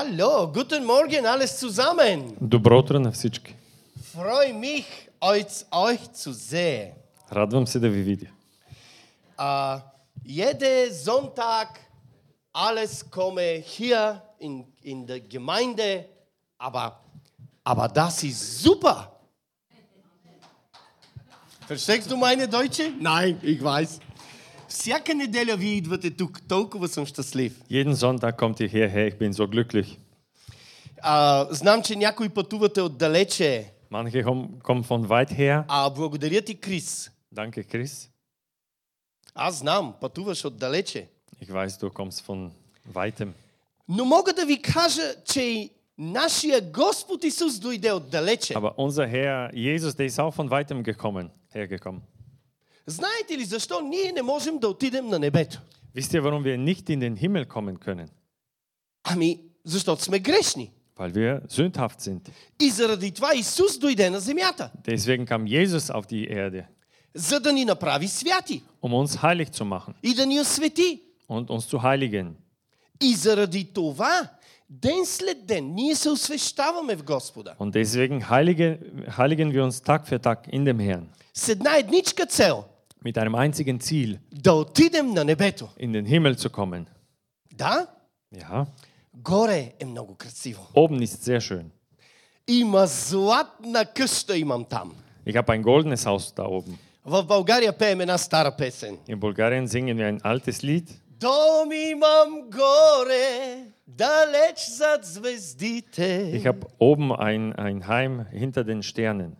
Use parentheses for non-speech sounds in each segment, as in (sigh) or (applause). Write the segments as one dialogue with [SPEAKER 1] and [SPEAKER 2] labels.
[SPEAKER 1] Hallo, guten Morgen alles zusammen.
[SPEAKER 2] Добро утро на всички.
[SPEAKER 1] Freue mich, euch, euch zu sehen.
[SPEAKER 2] Радвам се да ви видя.
[SPEAKER 1] Äh, jeden Sonntag, alles komme hier in, in der Gemeinde, aber, aber das ist super. Verstehst du meine Deutsche? Nein, ich weiß. Всяка неделя вие идвате тук, толкова съм щастлив.
[SPEAKER 2] Jeden Sonntag kommt ihr hierher, ich bin so glücklich.
[SPEAKER 1] А, Э, знам, че някои пътувате отдалече.
[SPEAKER 2] Manche hom- kommen von weit her.
[SPEAKER 1] А, благодаря ти, Крис.
[SPEAKER 2] Danke, Chris.
[SPEAKER 1] Аз знам, пътуваш отдалече.
[SPEAKER 2] Ich weiß, du kommst von weitem.
[SPEAKER 1] Но мога да ви кажа, че и нашия Господ Исус дойде отдалече.
[SPEAKER 2] Aber unser Herr Jesus, der ist auch von weitem gekommen, hergekommen.
[SPEAKER 1] Знаете ли защо ние не можем да отидем на небето?
[SPEAKER 2] Wisst ihr, warum wir nicht in den Himmel kommen können?
[SPEAKER 1] Ами, защото сме грешни.
[SPEAKER 2] Weil wir sündhaft sind.
[SPEAKER 1] И заради това Исус дойде на земята,
[SPEAKER 2] Deswegen kam Jesus auf die Erde,
[SPEAKER 1] за да ни направи святи
[SPEAKER 2] um uns heilig zu machen
[SPEAKER 1] и да ни освети.
[SPEAKER 2] und uns zu heiligen.
[SPEAKER 1] И заради това, ден след ден, ние се освещаваме в Господа.
[SPEAKER 2] Und deswegen heilige, heiligen wir uns Tag für Tag in dem Herrn.
[SPEAKER 1] С една едничка цел –
[SPEAKER 2] Mit einem einzigen Ziel,
[SPEAKER 1] да отидем на небето.
[SPEAKER 2] in den Himmel zu kommen.
[SPEAKER 1] Да,
[SPEAKER 2] Ja,
[SPEAKER 1] горе е много красиво.
[SPEAKER 2] oben ist sehr schön.
[SPEAKER 1] Има златна къща имам там.
[SPEAKER 2] Ich habe ein goldenes Haus da oben.
[SPEAKER 1] В България пеем една стара песен.
[SPEAKER 2] In Bulgarien singen wir ein altes Lied.
[SPEAKER 1] Дом имам горе, далеч зад звездите.
[SPEAKER 2] Ich habe oben ein, ein Heim hinter den Sternen.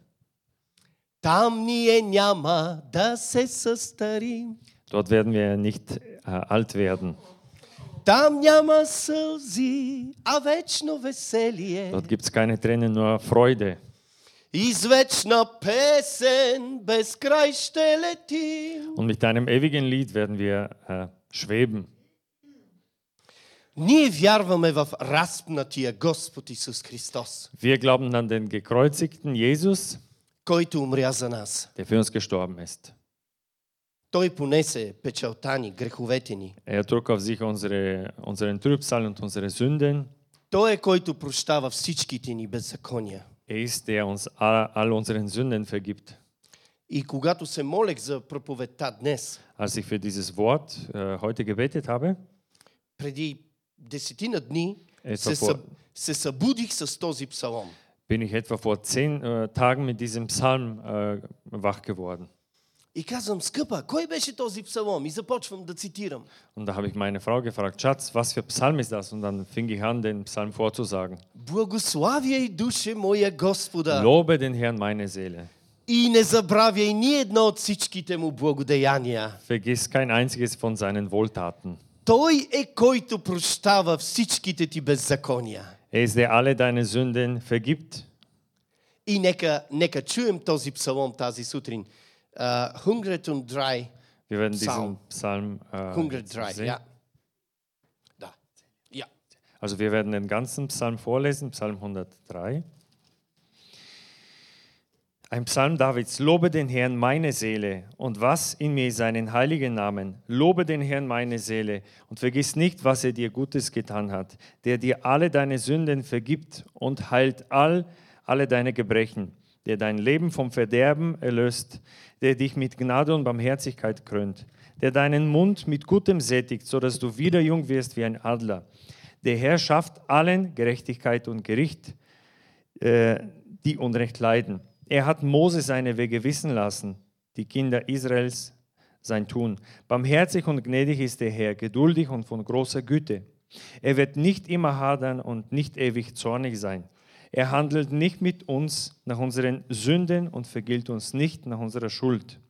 [SPEAKER 1] Там ние няма да се състарим.
[SPEAKER 2] Dort werden wir nicht äh, alt werden.
[SPEAKER 1] Там няма сълзи, а вечно веселие.
[SPEAKER 2] Dort gibt es keine Tränen, nur Freude.
[SPEAKER 1] Извечна песен, без край ще летим.
[SPEAKER 2] Und mit einem ewigen Lied werden wir äh, schweben.
[SPEAKER 1] Ние вярваме в разпнатия Господ Исус Христос,
[SPEAKER 2] Wir glauben an den gekreuzigten Jesus,
[SPEAKER 1] който умря за нас.
[SPEAKER 2] der für uns gestorben ist.
[SPEAKER 1] Той понесе печалта ни, греховете ни.
[SPEAKER 2] Er trug auf sich unsere, unseren Trübsal und unsere Sünden.
[SPEAKER 1] Той е който прощава всичките ни беззакония.
[SPEAKER 2] Er ist, der uns all, all unseren Sünden vergibt.
[SPEAKER 1] И когато се молех за проповедта днес,
[SPEAKER 2] Als ich für dieses Wort äh, heute gebetet habe,
[SPEAKER 1] преди десетина дни,
[SPEAKER 2] Е,
[SPEAKER 1] се,
[SPEAKER 2] какво е?
[SPEAKER 1] съб... се събудих с този псалом.
[SPEAKER 2] bin ich etwa vor zehn äh, Tagen mit diesem Psalm äh, wach geworden.
[SPEAKER 1] И казвам, скъпа, кой беше този псалом? И започвам да цитирам.
[SPEAKER 2] Und da habe ich meine Frau gefragt, Schatz, was für Psalm ist das? Und dann fing ich an, den Psalm vorzusagen.
[SPEAKER 1] Благославя и душе моя Господа
[SPEAKER 2] Lobe den Herrn meine Seele.
[SPEAKER 1] и не забравя и ни едно от всичките му благодеяния.
[SPEAKER 2] Vergiss kein einziges von seinen Wohltaten.
[SPEAKER 1] Той е който прощава всичките ти беззакония.
[SPEAKER 2] Er ist der alle deine Sünden vergibt.
[SPEAKER 1] И нека, нека чуем този псалом тази сутрин. Uh, Hungret und dry.
[SPEAKER 2] Wir werden diesen
[SPEAKER 1] Psalm.
[SPEAKER 2] Psalm äh,
[SPEAKER 1] Hungret dry,
[SPEAKER 2] sehen.
[SPEAKER 1] ja. Да. Ja.
[SPEAKER 2] Also wir werden den ganzen Psalm vorlesen, Psalm 103. Ein Psalm Davids, lobe den Herrn meine Seele und was in mir seinen heiligen Namen. Lobe den Herrn meine Seele und vergiss nicht, was er dir Gutes getan hat, der dir alle deine Sünden vergibt und heilt all, alle deine Gebrechen, der dein Leben vom Verderben erlöst, der dich mit Gnade und Barmherzigkeit krönt, der deinen Mund mit Gutem sättigt, sodass du wieder jung wirst wie ein Adler. Der Herr schafft allen Gerechtigkeit und Gericht äh, die Unrecht leiden. Er hat Mose seine Wege wissen lassen, die Kinder Israels sein Tun. Barmherzig und gnädig ist der Herr, geduldig und von großer Güte. Er wird nicht immer hadern und nicht ewig zornig sein. Er handelt nicht mit uns nach unseren Sünden und vergilt uns nicht nach unserer Schuld.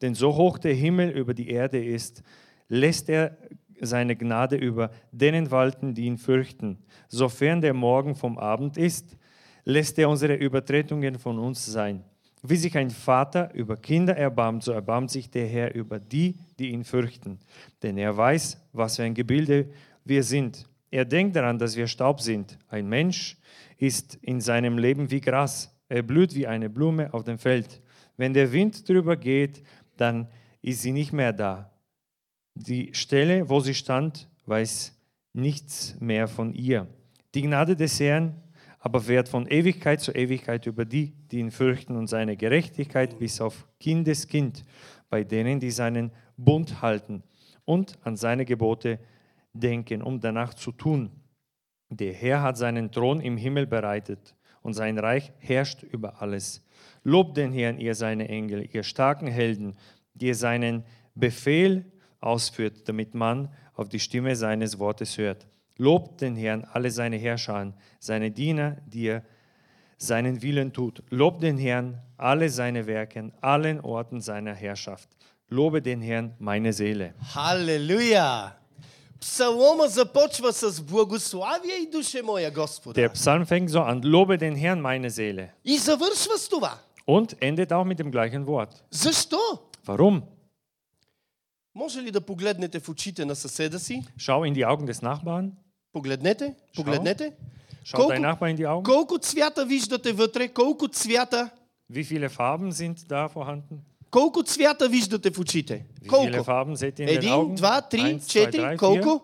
[SPEAKER 2] Denn so hoch der Himmel über die Erde ist, lässt er seine Gnade über denen walten, die ihn fürchten. Sofern der Morgen vom Abend ist, lässt er unsere Übertretungen von uns sein. Wie sich ein Vater über Kinder erbarmt, so erbarmt sich der Herr über die, die ihn fürchten. Denn er weiß, was für ein Gebilde wir sind. Er denkt daran, dass wir Staub sind. Ein Mensch ist in seinem Leben wie Gras. Er blüht wie eine Blume auf dem Feld. Wenn der Wind drüber geht, dann ist sie nicht mehr da. Die Stelle, wo sie stand, weiß nichts mehr von ihr. Die Gnade des Herrn aber währt von Ewigkeit zu Ewigkeit über die, die ihn fürchten und seine Gerechtigkeit bis auf Kindeskind, bei denen, die seinen Bund halten und an seine Gebote denken, um danach zu tun. Der Herr hat seinen Thron im Himmel bereitet und sein Reich herrscht über alles. Lobt den Herrn, ihr seine Engel, ihr starken Helden, die ihr seinen Befehl ausführt, damit man auf die Stimme seines Wortes hört. Lobt den Herrn, alle seine Herrscher, seine Diener, die er seinen Willen tut. Lobt den Herrn, alle seine Werke, allen Orten seiner Herrschaft. Lobe den Herrn, meine Seele.
[SPEAKER 1] Халелуя! Псалома започва с благославие и душе моя Господа.
[SPEAKER 2] Der Psalm fängt so an, lobe den Herrn, meine Seele.
[SPEAKER 1] И завършва с това.
[SPEAKER 2] Und endet auch mit dem gleichen Wort.
[SPEAKER 1] Защо?
[SPEAKER 2] Warum?
[SPEAKER 1] Може ли да погледнете в очите на съседа си?
[SPEAKER 2] Schau in die Augen des Nachbarn.
[SPEAKER 1] Погледнете, погледнете.
[SPEAKER 2] Schau
[SPEAKER 1] Guck.
[SPEAKER 2] dein Nachbar in die Augen.
[SPEAKER 1] Колко цвята виждате вътре? Колко цвята?
[SPEAKER 2] Wie viele Farben sind da vorhanden?
[SPEAKER 1] Колко цвята виждате в очите?
[SPEAKER 2] Wie viele
[SPEAKER 1] Колко?
[SPEAKER 2] Farben seht ihr in den
[SPEAKER 1] Един,
[SPEAKER 2] Augen?
[SPEAKER 1] два, три,
[SPEAKER 2] Eins, zwei, drei,
[SPEAKER 1] четири,
[SPEAKER 2] vier.
[SPEAKER 1] колко?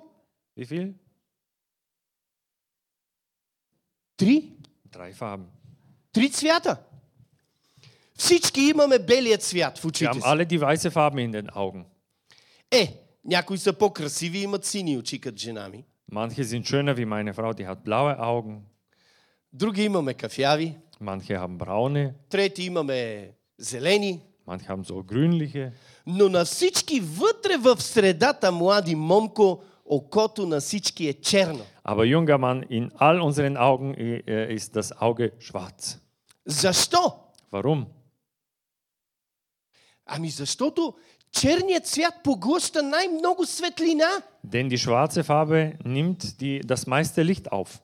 [SPEAKER 2] Wie viel?
[SPEAKER 1] Три.
[SPEAKER 2] Drei Farben.
[SPEAKER 1] Три цвята. Всички имаме белият цвят в
[SPEAKER 2] Wir
[SPEAKER 1] очите
[SPEAKER 2] haben
[SPEAKER 1] си.
[SPEAKER 2] alle die weiße Farbe in den Augen.
[SPEAKER 1] Е, някои са по-красиви, имат сини очи, като жена ми.
[SPEAKER 2] Manche sind schöner wie meine Frau, die hat blaue Augen.
[SPEAKER 1] Други имаме кафяви,
[SPEAKER 2] Manche haben braune,
[SPEAKER 1] трети имаме зелени.
[SPEAKER 2] manche haben so grünliche.
[SPEAKER 1] Но на всички вътре в средата, млади момко, окото на всички е черно.
[SPEAKER 2] Aber junger Mann, in all unseren Augen äh, ist das Auge schwarz.
[SPEAKER 1] Защо?
[SPEAKER 2] Warum?
[SPEAKER 1] Ами защото черният цвят поглъща най-много светлина
[SPEAKER 2] Denn die schwarze Farbe nimmt die, das meiste Licht auf.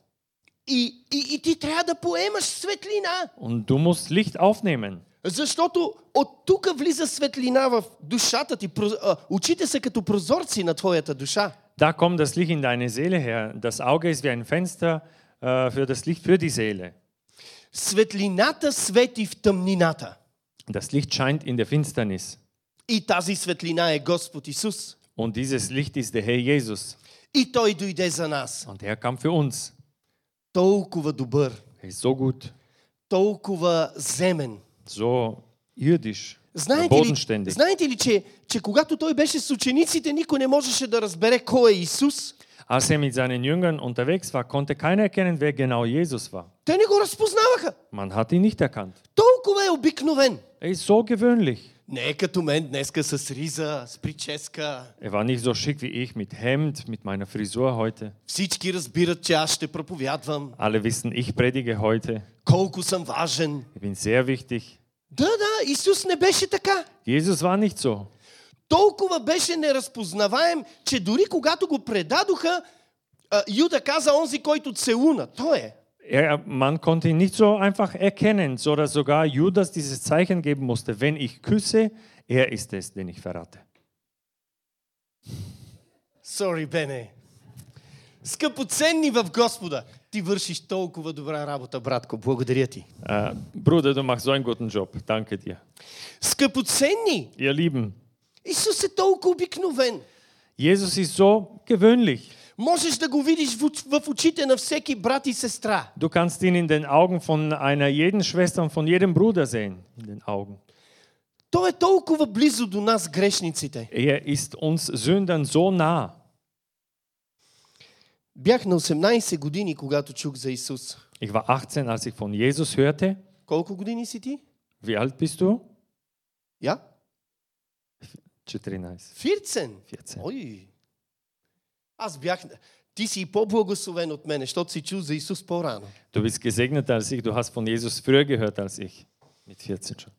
[SPEAKER 1] и, и, и ти трябва да поемаш светлина.
[SPEAKER 2] Und du musst Licht aufnehmen.
[SPEAKER 1] Защото от тук влиза светлина в душата ти. Про- а, Очите са като прозорци на твоята душа.
[SPEAKER 2] Da kommt das Licht in deine Seele her. Das Auge ist wie ein Fenster äh, für das Licht für die Seele.
[SPEAKER 1] Светлината свети в тъмнината.
[SPEAKER 2] Das Licht scheint in der Finsternis.
[SPEAKER 1] И тази светлина е Господ Исус.
[SPEAKER 2] Und dieses Licht ist der Herr Jesus.
[SPEAKER 1] И Той дойде за нас.
[SPEAKER 2] Und er kam für uns.
[SPEAKER 1] Толкова добър,
[SPEAKER 2] Er ist so gut,
[SPEAKER 1] толкова земен.
[SPEAKER 2] so irdisch, so
[SPEAKER 1] Знаете ли,
[SPEAKER 2] bodenständig.
[SPEAKER 1] знаете ли че, че когато Той беше с учениците, никой не можеше да разбере кой е Исус?
[SPEAKER 2] Als er mit seinen Jüngern unterwegs war, konnte keiner erkennen, wer genau Jesus war.
[SPEAKER 1] Те не го разпознаваха.
[SPEAKER 2] Man hat ihn nicht erkannt.
[SPEAKER 1] Толкова е обикновен.
[SPEAKER 2] Er ist so gewöhnlich.
[SPEAKER 1] Не е като мен днеска с риза, с прическа,
[SPEAKER 2] Er war nicht so schick wie ich mit Hemd, mit meiner Frisur heute.
[SPEAKER 1] Всички разбират, че аз ще проповядвам,
[SPEAKER 2] Alle wissen, ich predige heute.
[SPEAKER 1] колко съм важен.
[SPEAKER 2] Ich bin sehr wichtig.
[SPEAKER 1] Да, да, Исус не беше така.
[SPEAKER 2] Jesus war nicht so.
[SPEAKER 1] Толкова беше неразпознаваем, че дори когато го предадоха, а, Юда каза онзи, който целуна. Той е.
[SPEAKER 2] Er, man konnte ihn nicht so einfach erkennen, so dass sogar Judas dieses Zeichen geben musste. Wenn ich küsse, er ist es, den ich verrate.
[SPEAKER 1] Сори, Бене. Скъпоценни в Господа. Ти вършиш толкова добра работа, братко. Благодаря ти.
[SPEAKER 2] Äh, Bruder, du machst so einen guten Job. Danke dir.
[SPEAKER 1] Скъпоценни!
[SPEAKER 2] Ihr Lieben,
[SPEAKER 1] Исус е толкова обикновен.
[SPEAKER 2] Jesus ist so gewöhnlich.
[SPEAKER 1] Можеш да го видиш в, оч- в очите на всеки брат и сестра.
[SPEAKER 2] Du kannst ihn in den Augen von einer jeden Schwester und von jedem Bruder sehen. In den Augen.
[SPEAKER 1] Той е толкова близо до нас, грешниците.
[SPEAKER 2] Er ist uns Sündern so nah.
[SPEAKER 1] Бях на 18 години, когато чух за Исус.
[SPEAKER 2] Ich war 18, als ich von Jesus hörte.
[SPEAKER 1] Колко години си ти?
[SPEAKER 2] Wie alt bist du?
[SPEAKER 1] Я?
[SPEAKER 2] 14.
[SPEAKER 1] Фирцен.
[SPEAKER 2] 14.
[SPEAKER 1] Ой. Аз бях... Ти си и по-благословен от мене, защото си чул за Исус по-рано.
[SPEAKER 2] Du bist gesegneter als ich. Du hast von Jesus früher gehört als ich. Mit 14 schon.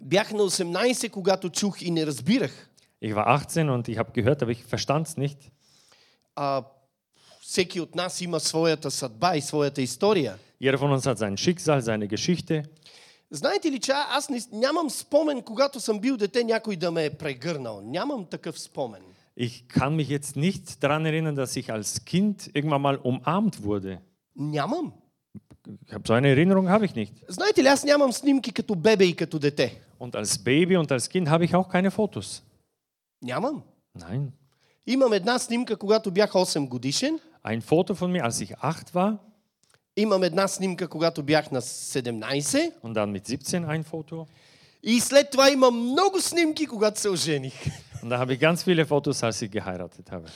[SPEAKER 1] Бях на 18, когато чух и не разбирах.
[SPEAKER 2] Ich war 18 und ich habe gehört, aber ich verstand es nicht.
[SPEAKER 1] А всеки от нас има своята съдба и своята история.
[SPEAKER 2] Jeder von uns hat sein Schicksal, seine Geschichte.
[SPEAKER 1] Знаете ли, че а- аз не, нямам спомен, когато съм бил дете, някой да ме е прегърнал. Нямам такъв спомен.
[SPEAKER 2] Ich kann mich jetzt nicht daran erinnern, dass ich als Kind irgendwann mal umarmt wurde.
[SPEAKER 1] Нямам.
[SPEAKER 2] Ich hab, so eine Erinnerung habe ich nicht.
[SPEAKER 1] Знаете ли, аз нямам снимки като бебе и като дете.
[SPEAKER 2] Und als Baby und als Kind habe ich auch keine Fotos.
[SPEAKER 1] Нямам.
[SPEAKER 2] Nein.
[SPEAKER 1] Имам една снимка, когато бях 8 годишен.
[SPEAKER 2] ein Foto von mir, als ich acht war
[SPEAKER 1] Имам една снимка, когато бях на 17.
[SPEAKER 2] und dann mit 17 ein Foto.
[SPEAKER 1] И след това имам много снимки, когато се ожених.
[SPEAKER 2] Und da habe ich ganz viele Fotos, als ich geheiratet habe.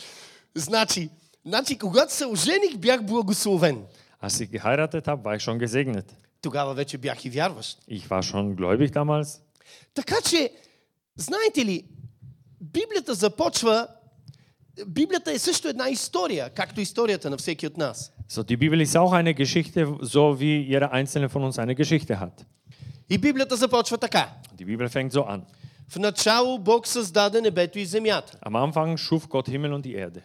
[SPEAKER 1] Значи, значи, когато се ожених, бях благословен.
[SPEAKER 2] Als ich geheiratet habe, war ich schon gesegnet.
[SPEAKER 1] Тогава вече бях и вярващ.
[SPEAKER 2] Ich war schon gläubig damals.
[SPEAKER 1] Така че, знаете ли, Библията започва. Библията е също една история, както историята на всеки от нас.
[SPEAKER 2] So, die Bibel ist auch eine Geschichte, so wie jeder einzelne von uns eine Geschichte hat.
[SPEAKER 1] И Библията започва така.
[SPEAKER 2] Die Bibel fängt so an.
[SPEAKER 1] В начало Бог създаде небето и земята.
[SPEAKER 2] Am Anfang schuf Gott Himmel und die Erde.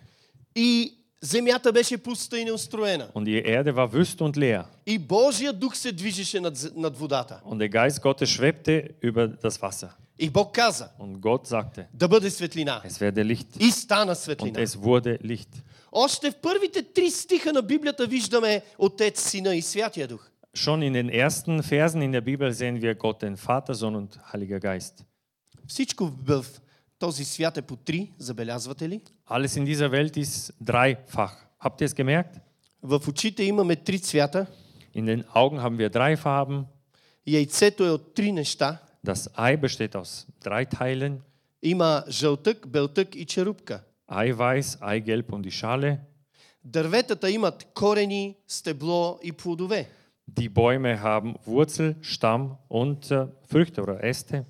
[SPEAKER 1] И земята беше пуста и неустроена.
[SPEAKER 2] Und die Erde war wüst und leer.
[SPEAKER 1] И Божия дух се движеше над, з- над водата.
[SPEAKER 2] Und der Geist Gottes schwebte über das Wasser.
[SPEAKER 1] И Бог каза,
[SPEAKER 2] Und Gott sagte,
[SPEAKER 1] да бъде светлина.
[SPEAKER 2] es werde Licht.
[SPEAKER 1] И стана
[SPEAKER 2] Und
[SPEAKER 1] светлина.
[SPEAKER 2] es wurde Licht.
[SPEAKER 1] Още в първите три стиха на Библията виждаме Отец, Сина и Святия Дух.
[SPEAKER 2] Schon in den ersten Versen in der Bibel sehen wir Gott, den Vater, Sohn und Heiliger Geist.
[SPEAKER 1] Всичко в този свят е по три, забелязвате ли?
[SPEAKER 2] Alles in dieser Welt ist dreifach. Habt ihr es gemerkt?
[SPEAKER 1] В очите имаме три цвята.
[SPEAKER 2] In den Augen haben wir drei Farben.
[SPEAKER 1] Яйцето е от три неща.
[SPEAKER 2] Das Ei besteht aus drei Teilen.
[SPEAKER 1] Има жълтък, белтък и черупка.
[SPEAKER 2] Eiweiß, Eigelb und die Schale.
[SPEAKER 1] Дърветата имат корени, стебло и плодове.
[SPEAKER 2] Die Bäume haben Wurzel, Stamm und äh, Früchte oder Äste.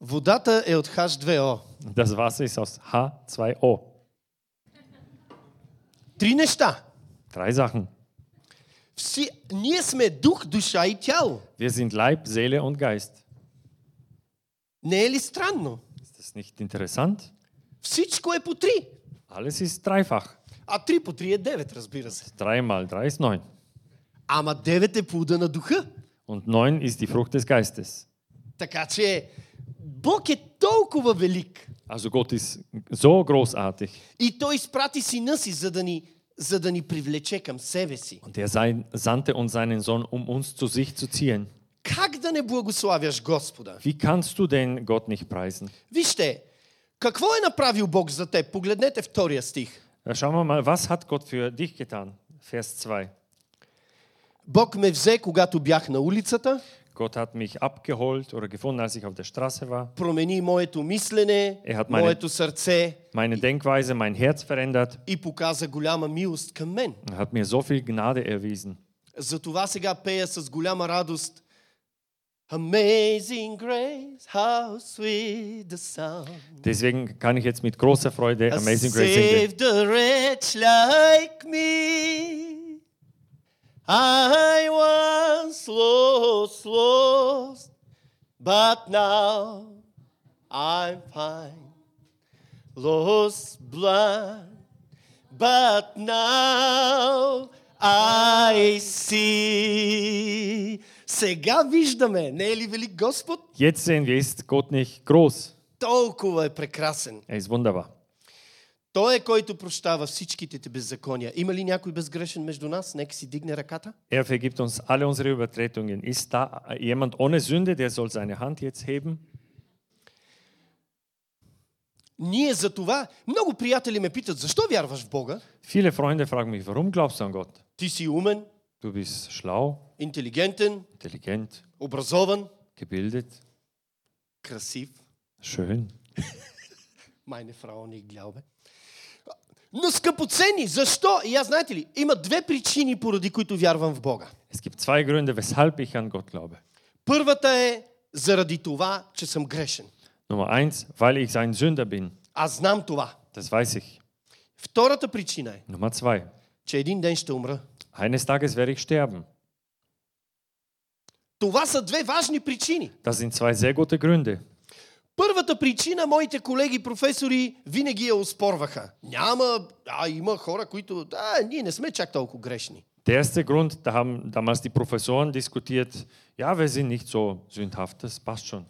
[SPEAKER 1] Водата е от H2O.
[SPEAKER 2] Das Wasser ist aus H2O.
[SPEAKER 1] Три неща.
[SPEAKER 2] Drei Sachen.
[SPEAKER 1] Вси... Ние сме дух, душа и тяло.
[SPEAKER 2] Wir sind Leib, Seele und Geist.
[SPEAKER 1] Не е ли странно?
[SPEAKER 2] Ist das nicht interessant?
[SPEAKER 1] Всичко е по три.
[SPEAKER 2] Alles ist dreifach.
[SPEAKER 1] А три по три е девет, разбира се.
[SPEAKER 2] Drei mal drei ist neun.
[SPEAKER 1] Ама девет е плода на духа.
[SPEAKER 2] Und neun ist die Frucht des Geistes.
[SPEAKER 1] Така че Бог е толкова велик.
[SPEAKER 2] Also Gott ist so großartig
[SPEAKER 1] И Той изпрати сина си, за да ни, за да ни привлече към себе си.
[SPEAKER 2] und er sein, sandte uns seinen Sohn, um uns zu sich zu ziehen.
[SPEAKER 1] Как да не благославяш Господа?
[SPEAKER 2] Wie kannst du denn Gott nicht preisen?
[SPEAKER 1] Вижте, какво е направил Бог за теб? Погледнете втория стих.
[SPEAKER 2] Ja, Äh, Schauen wir mal, was hat Gott für dich getan? Vers 2.
[SPEAKER 1] Бог ме взе, когато бях на улицата,
[SPEAKER 2] Gott hat mich abgeholt oder gefunden, als ich auf der Straße war.
[SPEAKER 1] промени моето мислене,
[SPEAKER 2] Е, хат, майне.
[SPEAKER 1] моето сърце
[SPEAKER 2] Meine Denkweise, mein Herz verändert.
[SPEAKER 1] и показа голяма милост към мен.
[SPEAKER 2] Er hat mir so viel Gnade erwiesen.
[SPEAKER 1] Затова сега пея с голяма радост. Amazing grace, how sweet the sound.
[SPEAKER 2] Deswegen kann ich jetzt mit großer Freude Amazing Grace singen.
[SPEAKER 1] Saved a wretch like me. I once lost, lost, but now I'm fine. Lost, blind, but now I see. Сега виждаме, не е ли велик Господ?
[SPEAKER 2] Jetzt sehen wir, ist Gott nicht groß?
[SPEAKER 1] Толкова е прекрасен.
[SPEAKER 2] Er ist wunderbar.
[SPEAKER 1] Той е, който прощава всичките ти беззакония. Има ли някой безгрешен между нас? Нека си дигне ръката.
[SPEAKER 2] Er vergibt uns alle unsere Übertretungen. Ist da jemand ohne Sünde, der soll seine Hand jetzt heben?
[SPEAKER 1] Ние за това, много приятели ме питат, защо вярваш в Бога?
[SPEAKER 2] Viele Freunde fragen mich, warum glaubst du an Gott?
[SPEAKER 1] Ти си умен,
[SPEAKER 2] Du bist schlau,
[SPEAKER 1] интелигентен,
[SPEAKER 2] intelligent,
[SPEAKER 1] образован,
[SPEAKER 2] gebildet,
[SPEAKER 1] красив.
[SPEAKER 2] schön.
[SPEAKER 1] Майне фрао ни глябе. Но скъпоцени, защо? И аз знаете ли, има две причини, поради които вярвам в Бога.
[SPEAKER 2] Es gibt zwei Gründe, weshalb ich an Gott glaube.
[SPEAKER 1] Първата е заради това, че съм грешен.
[SPEAKER 2] Nummer eins, weil ich ein Sünder bin.
[SPEAKER 1] Аз знам това.
[SPEAKER 2] Das weiß ich.
[SPEAKER 1] Втората причина е,
[SPEAKER 2] Nummer zwei,
[SPEAKER 1] че един ден ще умра.
[SPEAKER 2] eines Tages werde ich sterben.
[SPEAKER 1] Това са две важни причини.
[SPEAKER 2] Das sind zwei sehr gute Gründe.
[SPEAKER 1] Първата причина моите колеги професори винаги я оспорваха. Няма, а има хора, които, да, ние не сме чак толкова грешни.
[SPEAKER 2] Der erste Grund, da haben damals die Professoren diskutiert, ja, wir sind nicht so sündhaft, das passt schon.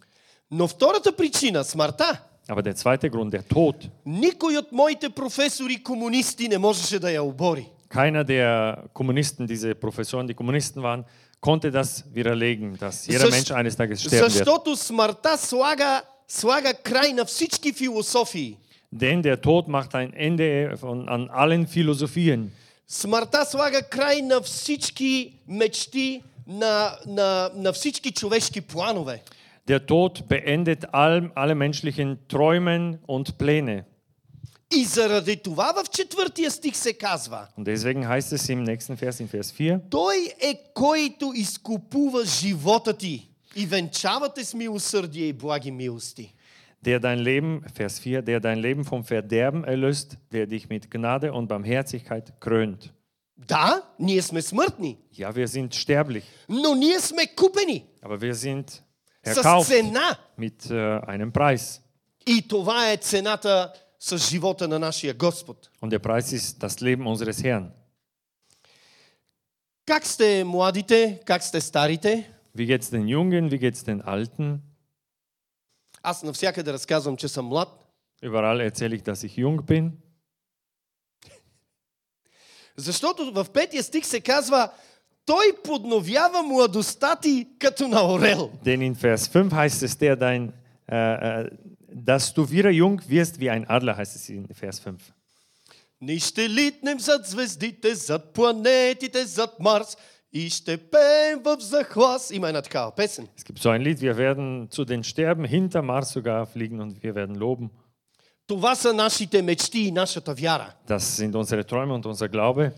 [SPEAKER 1] Но втората причина, смъртта,
[SPEAKER 2] Aber der zweite Grund, der Tod,
[SPEAKER 1] никой от моите професори комунисти не можеше да я обори.
[SPEAKER 2] keiner der Kommunisten, diese Professoren, die Kommunisten waren, konnte das widerlegen, dass jeder
[SPEAKER 1] Защо-
[SPEAKER 2] Mensch eines Tages sterben wird.
[SPEAKER 1] Защото смъртта слага, слага край на всички философии.
[SPEAKER 2] Denn der Tod macht ein Ende von, an allen Philosophien.
[SPEAKER 1] Смъртта слага край на всички мечти, на, на, на всички човешки планове.
[SPEAKER 2] Der Tod beendet all, alle menschlichen Träumen und Pläne.
[SPEAKER 1] И заради това в четвъртия стих се казва,
[SPEAKER 2] Und deswegen heißt es im nächsten Vers, in Vers 4,
[SPEAKER 1] Той е който изкупува живота ти и венчавате с милосърдие и благи милости.
[SPEAKER 2] der dein Leben, Vers 4, der dein Leben vom Verderben erlöst, der dich mit Gnade und Barmherzigkeit krönt.
[SPEAKER 1] Да, ние сме смъртни,
[SPEAKER 2] Ja, wir sind sterblich,
[SPEAKER 1] но ние сме купени
[SPEAKER 2] aber wir sind
[SPEAKER 1] с
[SPEAKER 2] erkauft
[SPEAKER 1] цена.
[SPEAKER 2] mit äh, einem Preis.
[SPEAKER 1] И това е цената с живота на нашия Господ.
[SPEAKER 2] Und der Preis ist das Leben unseres Herrn.
[SPEAKER 1] Как сте младите, как сте старите?
[SPEAKER 2] Wie geht's den Jungen, wie geht's den Alten?
[SPEAKER 1] Аз навсякъде разказвам, че съм млад,
[SPEAKER 2] Überall erzähle ich, dass ich jung bin,
[SPEAKER 1] защото в петия стих се казва Той подновява младостта ти като на орел.
[SPEAKER 2] denn in Vers 5 heißt es, der dein, äh, äh, dass du wieder jung wirst wie ein Adler, heißt es in Vers 5.
[SPEAKER 1] Ни ще литнем зад звездите, зад планетите, зад Марс и ще пеем в захлас. Има една такава песен.
[SPEAKER 2] Es gibt so ein Lied, wir werden zu den Sterben hinter Mars sogar fliegen und wir werden loben.
[SPEAKER 1] Това са нашите мечти и нашата вяра.
[SPEAKER 2] Das sind unsere Träume und unser Glaube.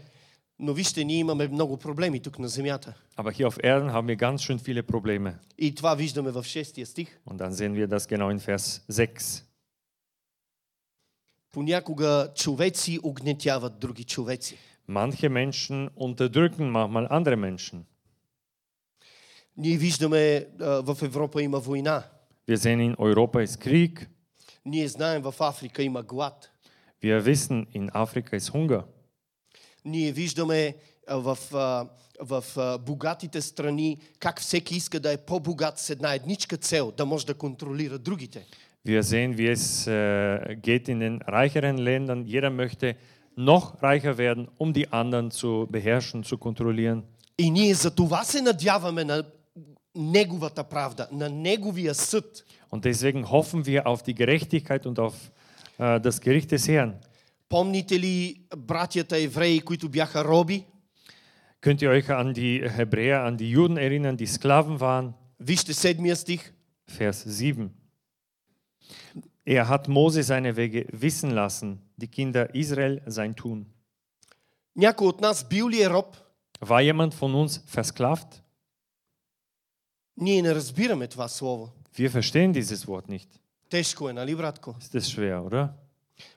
[SPEAKER 1] Но вижте, ние имаме много проблеми тук на земята.
[SPEAKER 2] Aber hier auf Erden haben wir ganz schön viele Probleme.
[SPEAKER 1] И това виждаме в шестия стих.
[SPEAKER 2] Und dann sehen wir das genau in Vers 6.
[SPEAKER 1] Понякога човеци огнетяват други човеци.
[SPEAKER 2] Manche Menschen unterdrücken manchmal andere Menschen.
[SPEAKER 1] Ние виждаме а, в Европа има война.
[SPEAKER 2] Wir sehen, in Europa ist Krieg.
[SPEAKER 1] Ние знаем в Африка има глад.
[SPEAKER 2] Wir wissen, in Afrika ist Hunger.
[SPEAKER 1] Ние виждаме а, в, а, в а, богатите страни как всеки иска да е по-богат с една едничка цел, да може да контролира другите.
[SPEAKER 2] Wir sehen, wie es äh, geht in den reicheren Ländern. Jeder möchte noch reicher werden, um die anderen zu beherrschen, zu kontrollieren.
[SPEAKER 1] И ние за това се надяваме на Неговата правда, на Неговия съд.
[SPEAKER 2] Und deswegen hoffen wir auf die Gerechtigkeit und auf äh, das Gericht des Herrn.
[SPEAKER 1] Помните ли братята евреи, които бяха роби?
[SPEAKER 2] Könnt ihr euch an die Hebräer, an die Juden erinnern, die Sklaven waren?
[SPEAKER 1] Вижте седмия стих.
[SPEAKER 2] Vers 7. Er hat Mose seine Wege wissen lassen, die Kinder Israel sein Tun.
[SPEAKER 1] Някой от нас бил ли е роб?
[SPEAKER 2] War jemand von uns versklavt?
[SPEAKER 1] Ние не разбираме това слово.
[SPEAKER 2] Wir verstehen dieses Wort nicht.
[SPEAKER 1] Тежко е, нали, братко?
[SPEAKER 2] Ist das schwer, oder?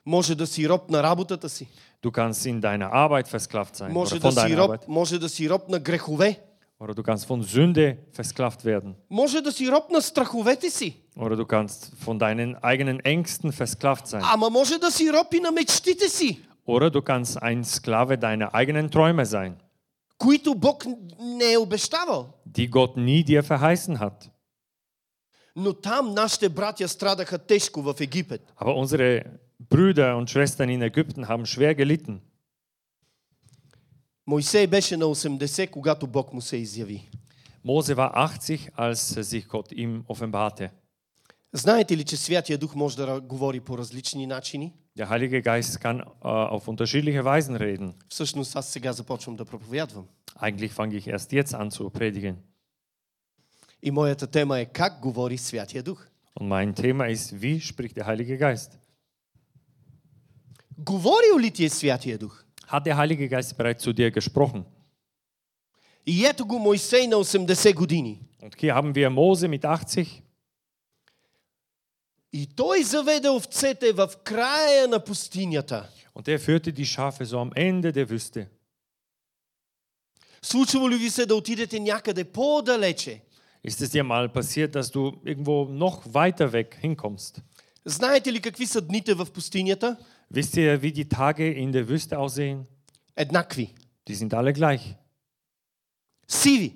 [SPEAKER 1] Може да си роб на работата си.
[SPEAKER 2] Du kannst in deiner Arbeit versklavt sein
[SPEAKER 1] Може
[SPEAKER 2] oder
[SPEAKER 1] да
[SPEAKER 2] von
[SPEAKER 1] си
[SPEAKER 2] deiner
[SPEAKER 1] роб,
[SPEAKER 2] Arbeit.
[SPEAKER 1] може да си роб на грехове.
[SPEAKER 2] Oder du kannst von Sünde versklavt werden.
[SPEAKER 1] Може да си роб на страховете си.
[SPEAKER 2] Oder du kannst von deinen eigenen Ängsten versklavt sein.
[SPEAKER 1] Ама може да си роб и на мечтите си,
[SPEAKER 2] Oder du kannst ein Sklave deiner eigenen Träume sein,
[SPEAKER 1] които Бог не е обещавал.
[SPEAKER 2] die Gott nie dir verheißen hat.
[SPEAKER 1] Но там нашите братя страдаха тежко в Египет.
[SPEAKER 2] Aber unsere Brüder und Schwestern in Ägypten haben schwer gelitten.
[SPEAKER 1] Моисей беше на 80, когато Бог му се изяви.
[SPEAKER 2] Mose war 80, als sich Gott ihm offenbarte.
[SPEAKER 1] Знаете ли, че Святия Дух може да ра- говори по различни начини?
[SPEAKER 2] Der Heilige Geist kann äh, auf unterschiedliche Weisen reden.
[SPEAKER 1] Всъщност аз сега започвам да проповядвам.
[SPEAKER 2] Eigentlich fange ich erst jetzt an zu predigen.
[SPEAKER 1] И моята тема е как говори Святия Дух.
[SPEAKER 2] Und mein Thema ist, wie spricht der Heilige Geist?
[SPEAKER 1] Говорил ли ти е Святия Дух?
[SPEAKER 2] Hat der Heilige Geist bereits zu dir gesprochen?
[SPEAKER 1] И ето го Моисей на 80 години.
[SPEAKER 2] Und hier haben wir Mose mit 80
[SPEAKER 1] И той заведе овцете в края на пустинята.
[SPEAKER 2] und er führte die Schafe so am Ende der Wüste.
[SPEAKER 1] Случвало ли ви се да отидете някъде по-далече?
[SPEAKER 2] Ist es dir mal passiert, dass du irgendwo noch weiter weg hinkommst?
[SPEAKER 1] Знаете ли какви са дните в пустинята?
[SPEAKER 2] Wisst ihr, wie die Tage in der Wüste aussehen?
[SPEAKER 1] Еднакви.
[SPEAKER 2] Die sind alle gleich.
[SPEAKER 1] Сиви.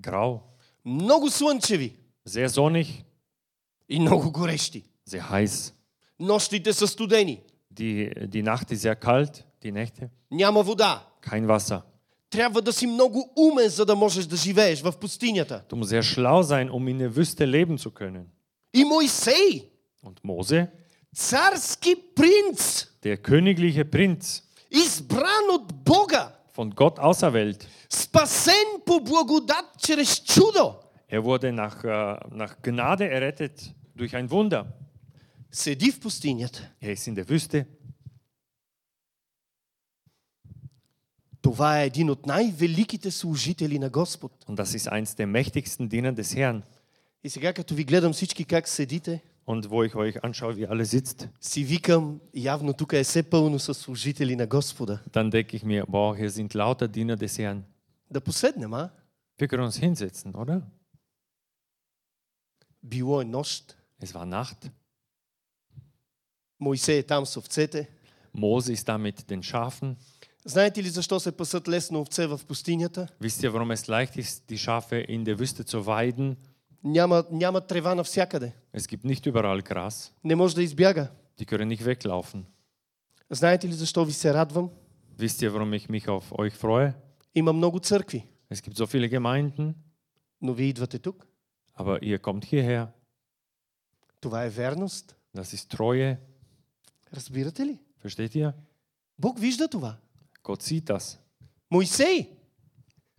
[SPEAKER 2] Grau,
[SPEAKER 1] Много слънчеви.
[SPEAKER 2] sehr sonnig,
[SPEAKER 1] И много горещи.
[SPEAKER 2] sehr heiß.
[SPEAKER 1] Нощите са студени.
[SPEAKER 2] Die, die Nacht ist sehr kalt, die Nächte,
[SPEAKER 1] Няма вода.
[SPEAKER 2] kein Wasser.
[SPEAKER 1] Трябва да си много умен, за да можеш да живееш в пустинята.
[SPEAKER 2] Du musst sehr schlau sein, um in der Wüste leben zu können.
[SPEAKER 1] И Моисей
[SPEAKER 2] Und Mose,
[SPEAKER 1] царски принц,
[SPEAKER 2] der königliche Prinz,
[SPEAKER 1] избран от Бога,
[SPEAKER 2] von Gott auserwählt.
[SPEAKER 1] спасен по благодат чрез чудо,
[SPEAKER 2] Er wurde nach, äh, nach Gnade errettet durch ein Wunder.
[SPEAKER 1] седи в пустинята.
[SPEAKER 2] Er ist in der Wüste.
[SPEAKER 1] Това е един от най-великите служители на Господ.
[SPEAKER 2] Und das ist eins der mächtigsten Diener des Herrn.
[SPEAKER 1] И сега, като ви гледам всички как седите,
[SPEAKER 2] Und wo ich euch anschaue, wie alle sitzt,
[SPEAKER 1] си викам, явно тук е все пълно с служители на Господа.
[SPEAKER 2] dann denke ich mir, boah, hier sind lauter Diener des Herrn.
[SPEAKER 1] Да поседнем, а?
[SPEAKER 2] Wir können uns hinsetzen, oder?
[SPEAKER 1] Било е нощ.
[SPEAKER 2] Es war Nacht.
[SPEAKER 1] Моисей е там с овцете.
[SPEAKER 2] Mose ist da mit den Schafen.
[SPEAKER 1] Знаете ли защо се пасат лесно овце в пустинята?
[SPEAKER 2] Wisst ihr, warum es leicht ist, die Schafe in der Wüste zu weiden?
[SPEAKER 1] Няма, няма трева навсякъде.
[SPEAKER 2] Es gibt nicht überall Gras.
[SPEAKER 1] Не може да избяга.
[SPEAKER 2] Die können nicht weglaufen.
[SPEAKER 1] Знаете ли защо ви се радвам?
[SPEAKER 2] Wisst ihr, warum ich mich auf euch freue?
[SPEAKER 1] Има много църкви,
[SPEAKER 2] Es gibt so viele Gemeinden,
[SPEAKER 1] но вие идвате тук.
[SPEAKER 2] aber ihr kommt hierher.
[SPEAKER 1] Това е верност.
[SPEAKER 2] Das ist Treue.
[SPEAKER 1] Разбирате ли?
[SPEAKER 2] Versteht ihr?
[SPEAKER 1] Бог вижда това.
[SPEAKER 2] Gott sieht das.
[SPEAKER 1] Моисей!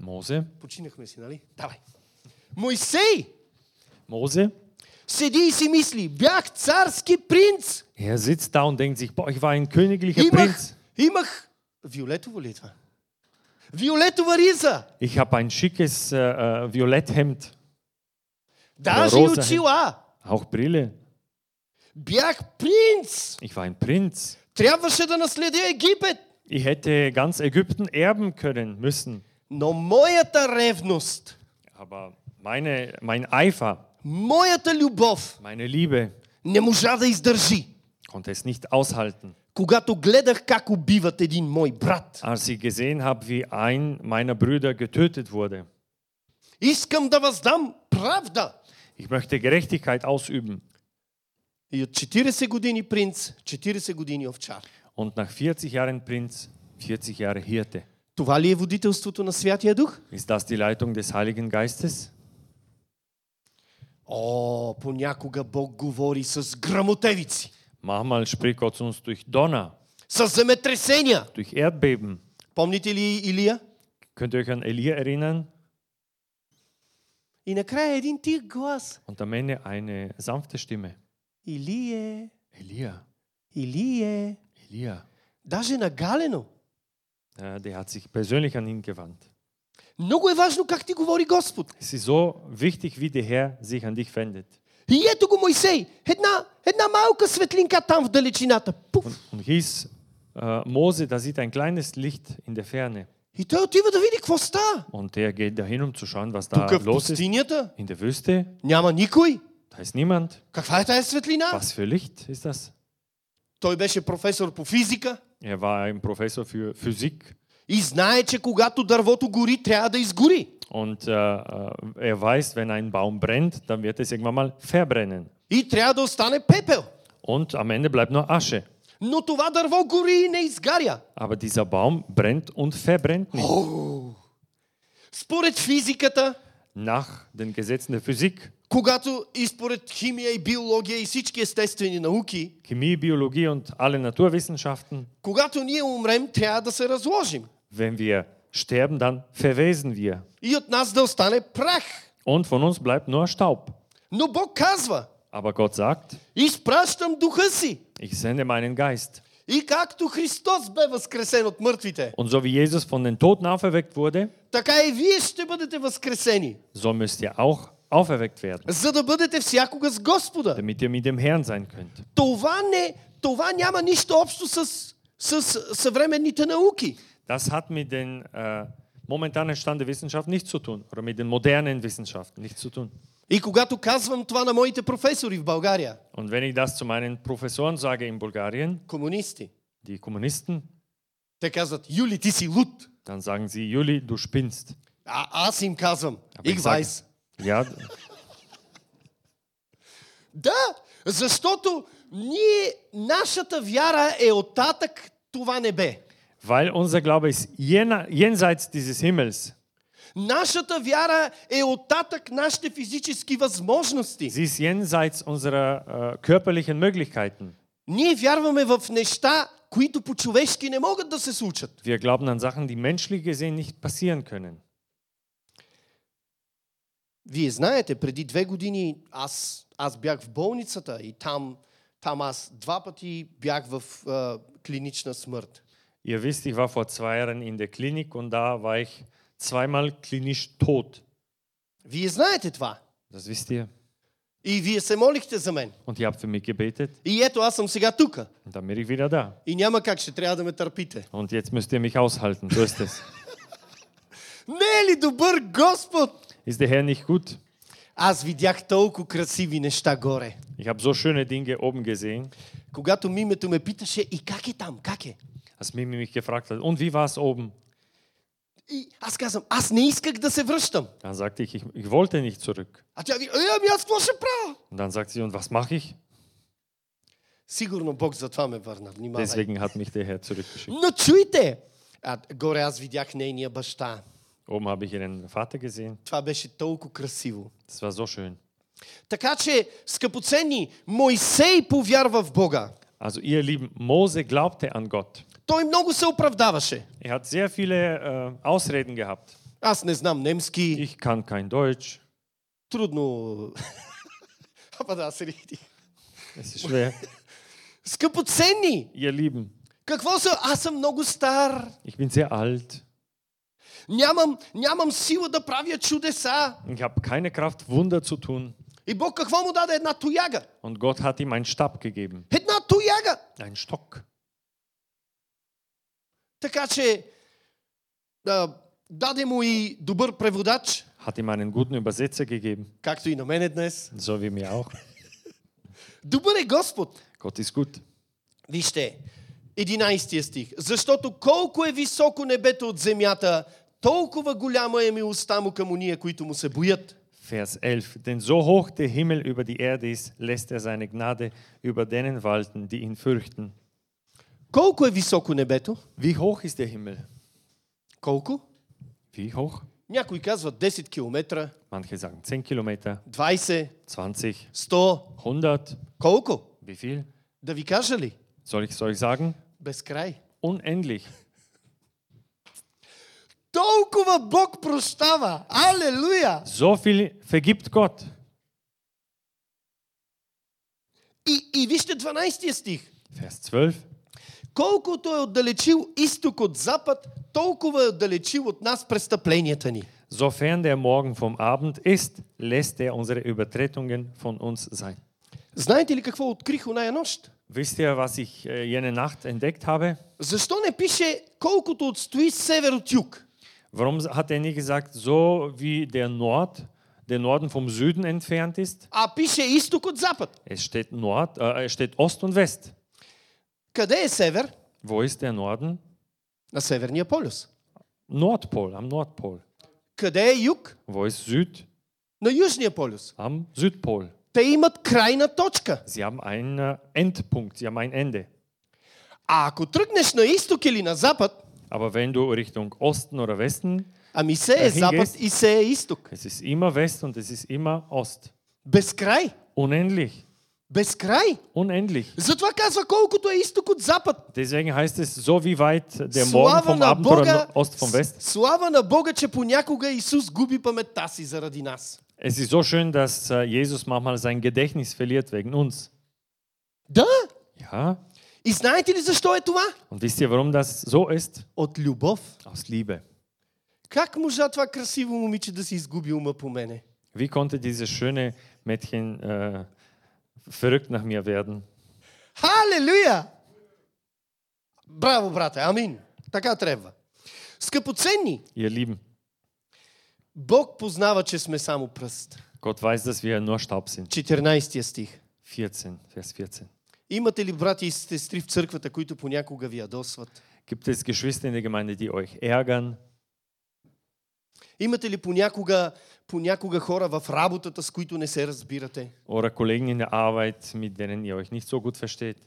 [SPEAKER 2] Mose,
[SPEAKER 1] Починахме си, нали? Давай. Моисей
[SPEAKER 2] Mose,
[SPEAKER 1] седи и си мисли, бях царски принц.
[SPEAKER 2] er sitzt da und denkt sich, boah, ich war ein königlicher
[SPEAKER 1] Имах,
[SPEAKER 2] Prinz.
[SPEAKER 1] имах виолетово ли е това? Виолетова риза.
[SPEAKER 2] Ich habe ein schickes äh, äh, Violetthemd,
[SPEAKER 1] Даже и
[SPEAKER 2] роза.
[SPEAKER 1] очила.
[SPEAKER 2] auch Brille.
[SPEAKER 1] Бях принц.
[SPEAKER 2] Ich war ein Prinz.
[SPEAKER 1] Трябваше да наследя Египет.
[SPEAKER 2] Ich hätte ganz Ägypten erben können müssen.
[SPEAKER 1] Но моята ревност,
[SPEAKER 2] Aber meine, mein Eifer,
[SPEAKER 1] моята любов
[SPEAKER 2] meine Liebe
[SPEAKER 1] не можа да издържи.
[SPEAKER 2] konnte es nicht aushalten.
[SPEAKER 1] Когато гледах как убиват един мой брат,
[SPEAKER 2] Als ich gesehen habe, wie ein meiner Brüder getötet wurde.
[SPEAKER 1] искам да въздам правда.
[SPEAKER 2] Ich möchte Gerechtigkeit ausüben.
[SPEAKER 1] И от 40 години принц, 40 години овчар.
[SPEAKER 2] Und nach 40 Jahren Prinz, 40 Jahre Hirte.
[SPEAKER 1] Това ли е водителството на Святия Дух?
[SPEAKER 2] Ist das die Leitung des Heiligen Geistes?
[SPEAKER 1] О, понякога Бог говори с грамотевици,
[SPEAKER 2] Manchmal spricht Gott zu uns durch Donner,
[SPEAKER 1] с земетресения.
[SPEAKER 2] durch Erdbeben.
[SPEAKER 1] Помните ли Илия?
[SPEAKER 2] Könnt ihr euch an Elia erinnern?
[SPEAKER 1] И накрая един тих глас.
[SPEAKER 2] Und am Ende eine sanfte Stimme.
[SPEAKER 1] Илие,
[SPEAKER 2] Elia,
[SPEAKER 1] Илие.
[SPEAKER 2] Elia.
[SPEAKER 1] Даже нагалено.
[SPEAKER 2] Ja, Äh, der hat sich persönlich an ihn gewandt.
[SPEAKER 1] Много е важно как ти говори Господ.
[SPEAKER 2] Es ist so wichtig, wie der Herr sich an dich wendet.
[SPEAKER 1] И ето го Мойсей. Една, една малка светлинка там в далечината. Пуф.
[SPEAKER 2] Und hieß äh, Mose, da sieht ein kleines Licht in der Ferne.
[SPEAKER 1] И той отива да види какво става.
[SPEAKER 2] Und der geht dahin, um zu schauen, was da
[SPEAKER 1] Тук е в
[SPEAKER 2] los ist.
[SPEAKER 1] пустинята
[SPEAKER 2] In der Wüste,
[SPEAKER 1] няма никой.
[SPEAKER 2] da ist niemand.
[SPEAKER 1] Каква е тази светлина?
[SPEAKER 2] Was für Licht ist das?
[SPEAKER 1] Той беше професор по физика
[SPEAKER 2] Er war ein Professor für Physik
[SPEAKER 1] и знае, че когато дървото гори, трябва да изгори.
[SPEAKER 2] Und äh, äh, er weiß, wenn ein Baum brennt, dann wird es irgendwann mal verbrennen.
[SPEAKER 1] И трябва да остане пепел.
[SPEAKER 2] Und am Ende bleibt nur Asche.
[SPEAKER 1] Но това дърво гори и не изгаря.
[SPEAKER 2] Aber dieser Baum brennt und verbrennt nicht.
[SPEAKER 1] Според физиката,
[SPEAKER 2] Nach den Gesetzen der Physik,
[SPEAKER 1] когато и според химия и биология и всички естествени науки,
[SPEAKER 2] Chemie, Biologie und alle Naturwissenschaften,
[SPEAKER 1] когато ние умрем, трябва да се разложим.
[SPEAKER 2] wenn wir sterben, dann verwesen wir.
[SPEAKER 1] И от нас да остане прах.
[SPEAKER 2] Und von uns bleibt nur Staub.
[SPEAKER 1] Но Бог казва,
[SPEAKER 2] Aber Gott sagt,
[SPEAKER 1] изпращам духа си.
[SPEAKER 2] ich sende meinen Geist.
[SPEAKER 1] И както Христос бе възкресен от мъртвите,
[SPEAKER 2] Und so wie Jesus von den Toten auferweckt wurde,
[SPEAKER 1] така и вие ще бъдете възкресени,
[SPEAKER 2] so müsst ihr auch auferweckt werden,
[SPEAKER 1] за да бъдете всякога с Господа.
[SPEAKER 2] damit ihr mit dem Herrn sein könnt.
[SPEAKER 1] Това, не, това няма нищо общо с, с съвременните науки.
[SPEAKER 2] Das hat mit den äh, momentanen Stand der Wissenschaft nichts zu tun oder mit den modernen Wissenschaften nichts zu tun.
[SPEAKER 1] И когато казвам това на моите професори в България,
[SPEAKER 2] Und wenn ich das zu meinen Professoren sage in Bulgarien,
[SPEAKER 1] комунисти,
[SPEAKER 2] die Kommunisten,
[SPEAKER 1] те казват, Юли, ти си луд.
[SPEAKER 2] dann sagen sie, Juli, du spinnst.
[SPEAKER 1] А аз им казвам,
[SPEAKER 2] ich
[SPEAKER 1] их
[SPEAKER 2] sage-
[SPEAKER 1] вайс.
[SPEAKER 2] Ja,
[SPEAKER 1] Да, защото ние, нашата вяра е оттатък това небе.
[SPEAKER 2] weil unser Glaube ist jener, jenseits dieses Himmels.
[SPEAKER 1] Нашата вяра е оттатък нашите физически възможности.
[SPEAKER 2] Sie ist jenseits unserer äh, körperlichen Möglichkeiten.
[SPEAKER 1] Ние вярваме в неща, които по-човешки не могат да се случат.
[SPEAKER 2] Wir glauben an Sachen, die menschlich gesehen nicht passieren können.
[SPEAKER 1] Вие знаете, преди две години аз, аз бях в болницата и там, там аз два пъти бях в а, клинична смърт.
[SPEAKER 2] Ihr wisst, ich war vor zwei Jahren in der Klinik und da war ich zweimal klinisch tot.
[SPEAKER 1] Вие знаете това.
[SPEAKER 2] Das wisst ihr.
[SPEAKER 1] И вие се молихте за мен.
[SPEAKER 2] Und ihr habt für mich gebetet
[SPEAKER 1] И ето аз съм сега тук.
[SPEAKER 2] und dann bin ich wieder da.
[SPEAKER 1] И няма как, ще трябва да ме търпите.
[SPEAKER 2] Und jetzt müsst ihr mich aushalten. So ist es.
[SPEAKER 1] Не е ли добър Господ?
[SPEAKER 2] Ist der Herr nicht gut?
[SPEAKER 1] Аз видях толкова красиви неща горе.
[SPEAKER 2] Ich habe so schöne Dinge oben gesehen,
[SPEAKER 1] Когато мимето ме питаше, и как е там, как е?
[SPEAKER 2] als Mimi mich gefragt hat, und wie war es oben?
[SPEAKER 1] И аз казвам, аз не исках да се връщам.
[SPEAKER 2] Dann sagte ich, ich, ich wollte nicht zurück.
[SPEAKER 1] А тя ви, е, ами аз какво ще правя?
[SPEAKER 2] Und dann sagte sie, und was mache ich?
[SPEAKER 1] Сигурно Бог за това ме върна. Внимавай.
[SPEAKER 2] Deswegen hat mich der Herr zurückgeschickt.
[SPEAKER 1] Но чуйте! А, горе аз видях нейния баща.
[SPEAKER 2] Oben habe ich ihren Vater gesehen.
[SPEAKER 1] Това беше толкова красиво.
[SPEAKER 2] Das war so schön.
[SPEAKER 1] Така че, скъпоценни, Мойсей повярва в Бога.
[SPEAKER 2] Also ihr Lieben, Mose glaubte an Gott.
[SPEAKER 1] Той много се оправдаваше.
[SPEAKER 2] Er hat sehr viele äh, Ausreden gehabt.
[SPEAKER 1] Аз не знам немски,
[SPEAKER 2] Ich kann kein Deutsch,
[SPEAKER 1] трудно... (laughs) Апа да, се рихти.
[SPEAKER 2] es ist schwer.
[SPEAKER 1] Скъпоценни!
[SPEAKER 2] Ihr Lieben,
[SPEAKER 1] Какво са? Аз съм много стар.
[SPEAKER 2] ich bin sehr alt.
[SPEAKER 1] Нямам, нямам сила да правя чудеса.
[SPEAKER 2] Ich habe keine Kraft, Wunder zu tun.
[SPEAKER 1] И Бог какво му даде? Една тояга.
[SPEAKER 2] Und Gott hat ihm einen Stab gegeben,
[SPEAKER 1] Една тояга.
[SPEAKER 2] einen Stock.
[SPEAKER 1] Така че а, даде му и добър преводач,
[SPEAKER 2] Hat ihm einen guten Übersetzer gegeben,
[SPEAKER 1] както и на мене днес.
[SPEAKER 2] so wie mir auch.
[SPEAKER 1] Добър е Господ.
[SPEAKER 2] Gott ist gut.
[SPEAKER 1] Вижте, 11 стих. Защото колко е високо небето от земята, толкова голяма е милостта му към уния, които му се боят.
[SPEAKER 2] Vers 11. Denn so hoch der Himmel über die Erde ist, lässt er seine Gnade über denen walten, die ihn fürchten.
[SPEAKER 1] Колко е високо небето?
[SPEAKER 2] Wie hoch ist der Himmel?
[SPEAKER 1] Колко?
[SPEAKER 2] Wie hoch?
[SPEAKER 1] Някои казват 10 км,
[SPEAKER 2] Manche sagen 10 Kilometer,
[SPEAKER 1] 20,
[SPEAKER 2] 20,
[SPEAKER 1] 100.
[SPEAKER 2] 100.
[SPEAKER 1] Колко?
[SPEAKER 2] Wie viel?
[SPEAKER 1] Да ви кажа ли?
[SPEAKER 2] Soll ich, soll ich sagen?
[SPEAKER 1] Без край.
[SPEAKER 2] Unendlich.
[SPEAKER 1] Толкова Бог прощава! Алелуя!
[SPEAKER 2] So viel vergibt Gott.
[SPEAKER 1] И, и вижте 12 стих.
[SPEAKER 2] Vers 12.
[SPEAKER 1] Колкото е отдалечил изток от запад, толкова е отдалечил от нас престъпленията ни.
[SPEAKER 2] Sofern der Morgen vom Abend ist, lässt er unsere Übertretungen von uns sein.
[SPEAKER 1] Знаете ли какво открих оная нощ?
[SPEAKER 2] Wisst ihr, was ich äh, jene Nacht entdeckt habe?
[SPEAKER 1] Защо не пише колкото отстои север от юг?
[SPEAKER 2] Warum hat er nie gesagt, so wie der Nord, der Norden vom Süden entfernt ist?
[SPEAKER 1] А пише изток от запад.
[SPEAKER 2] Es steht, Nord, äh, es steht Ost und West.
[SPEAKER 1] Къде е север?
[SPEAKER 2] Wo ist der Norden?
[SPEAKER 1] На Северния полюс.
[SPEAKER 2] Nordpol, am Nordpol.
[SPEAKER 1] Къде е юг?
[SPEAKER 2] Wo ist Süd?
[SPEAKER 1] На Южния полюс.
[SPEAKER 2] Am Südpol.
[SPEAKER 1] Те имат крайна точка.
[SPEAKER 2] Sie haben einen äh, Endpunkt, sie haben ein Ende.
[SPEAKER 1] А ако тръгнеш на изток или на запад,
[SPEAKER 2] Aber wenn du Richtung Osten oder Westen,
[SPEAKER 1] ами се е
[SPEAKER 2] Ахингейс.
[SPEAKER 1] запад и се е изток.
[SPEAKER 2] es ist immer West und es ist immer Ost.
[SPEAKER 1] Без край.
[SPEAKER 2] Unendlich,
[SPEAKER 1] Без край.
[SPEAKER 2] unendlich.
[SPEAKER 1] Затова казва колкото е изток от запад.
[SPEAKER 2] Deswegen heißt es, so wie weit der Morgen
[SPEAKER 1] Слава
[SPEAKER 2] vom
[SPEAKER 1] на
[SPEAKER 2] Abend oder
[SPEAKER 1] Бога,
[SPEAKER 2] no- Ost vom West.
[SPEAKER 1] слава на Бога, че понякога Исус губи паметта си заради нас.
[SPEAKER 2] Es ist so schön, dass äh, Jesus manchmal sein Gedächtnis verliert wegen uns.
[SPEAKER 1] Да.
[SPEAKER 2] Ja,
[SPEAKER 1] И знаете ли защо е това?
[SPEAKER 2] und wisst ihr, warum das so ist?
[SPEAKER 1] От любов.
[SPEAKER 2] Aus Liebe.
[SPEAKER 1] Как можа това красиво момиче да си изгуби ума по мене?
[SPEAKER 2] Wie konnte dieses schöne Mädchen äh, verrückt nach mir werden?
[SPEAKER 1] Халелуя! Браво, брате! Амин! Така трябва. Скъпоценни,
[SPEAKER 2] Ihr Lieben,
[SPEAKER 1] Бог познава, че сме само пръст.
[SPEAKER 2] Gott weiß, dass wir nur Staub sind.
[SPEAKER 1] 14 стих.
[SPEAKER 2] 14, Vers 14.
[SPEAKER 1] Имате ли брати и сестри в църквата, които понякога ви ядосват?
[SPEAKER 2] Gibt es Geschwister in der Gemeinde, die euch ärgern?
[SPEAKER 1] Имате ли понякога, понякога хора в работата, с които не се разбирате?
[SPEAKER 2] Oder Kollegen in der Arbeit, mit denen ihr euch nicht so gut versteht?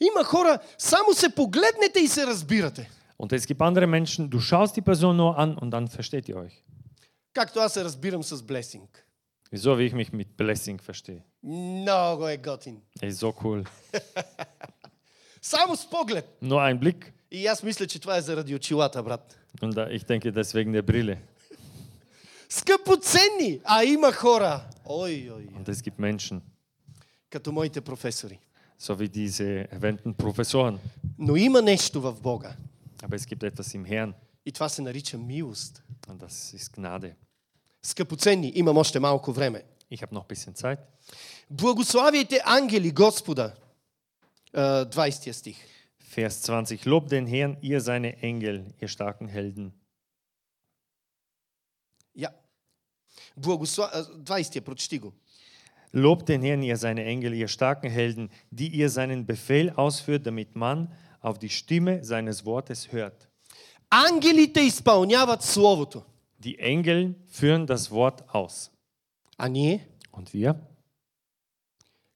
[SPEAKER 1] Има хора, само се погледнете и се разбирате.
[SPEAKER 2] Und es gibt andere Menschen, du schaust die Person nur an und dann versteht ihr euch.
[SPEAKER 1] Както аз се разбирам с Блесинг.
[SPEAKER 2] Wieso, wie ich mich mit Blessing verstehe.
[SPEAKER 1] Много е готин.
[SPEAKER 2] Ey, so cool.
[SPEAKER 1] Само с поглед.
[SPEAKER 2] Nur ein Blick.
[SPEAKER 1] И аз мисля, че това е заради очилата, брат.
[SPEAKER 2] Und da, ich denke, das wegen der Brille.
[SPEAKER 1] Скъпоценни! А има хора. Ой, ой.
[SPEAKER 2] Und es gibt Menschen,
[SPEAKER 1] Като моите професори.
[SPEAKER 2] so wie diese erwähnten Professoren.
[SPEAKER 1] Но има нещо в Бога.
[SPEAKER 2] Aber es gibt etwas im Herrn.
[SPEAKER 1] И това се нарича милост.
[SPEAKER 2] Und das ist Gnade.
[SPEAKER 1] Скъпоценни, имам още малко време.
[SPEAKER 2] Ich habe noch ein bisschen Zeit.
[SPEAKER 1] Благославяйте ангели Господа. А, 20 стих.
[SPEAKER 2] Vers 20. Lobt den Herrn, ihr seine Engel, ihr starken Helden.
[SPEAKER 1] Я. Благосла... а, 20 прочети го.
[SPEAKER 2] Lobt den Herrn, ihr seine Engel, ihr starken Helden, die ihr seinen Befehl ausführt, damit man auf die Stimme seines Wortes hört.
[SPEAKER 1] Ангелите изпълняват Словото.
[SPEAKER 2] Die Engel führen das Wort aus.
[SPEAKER 1] А ние?
[SPEAKER 2] Und wir?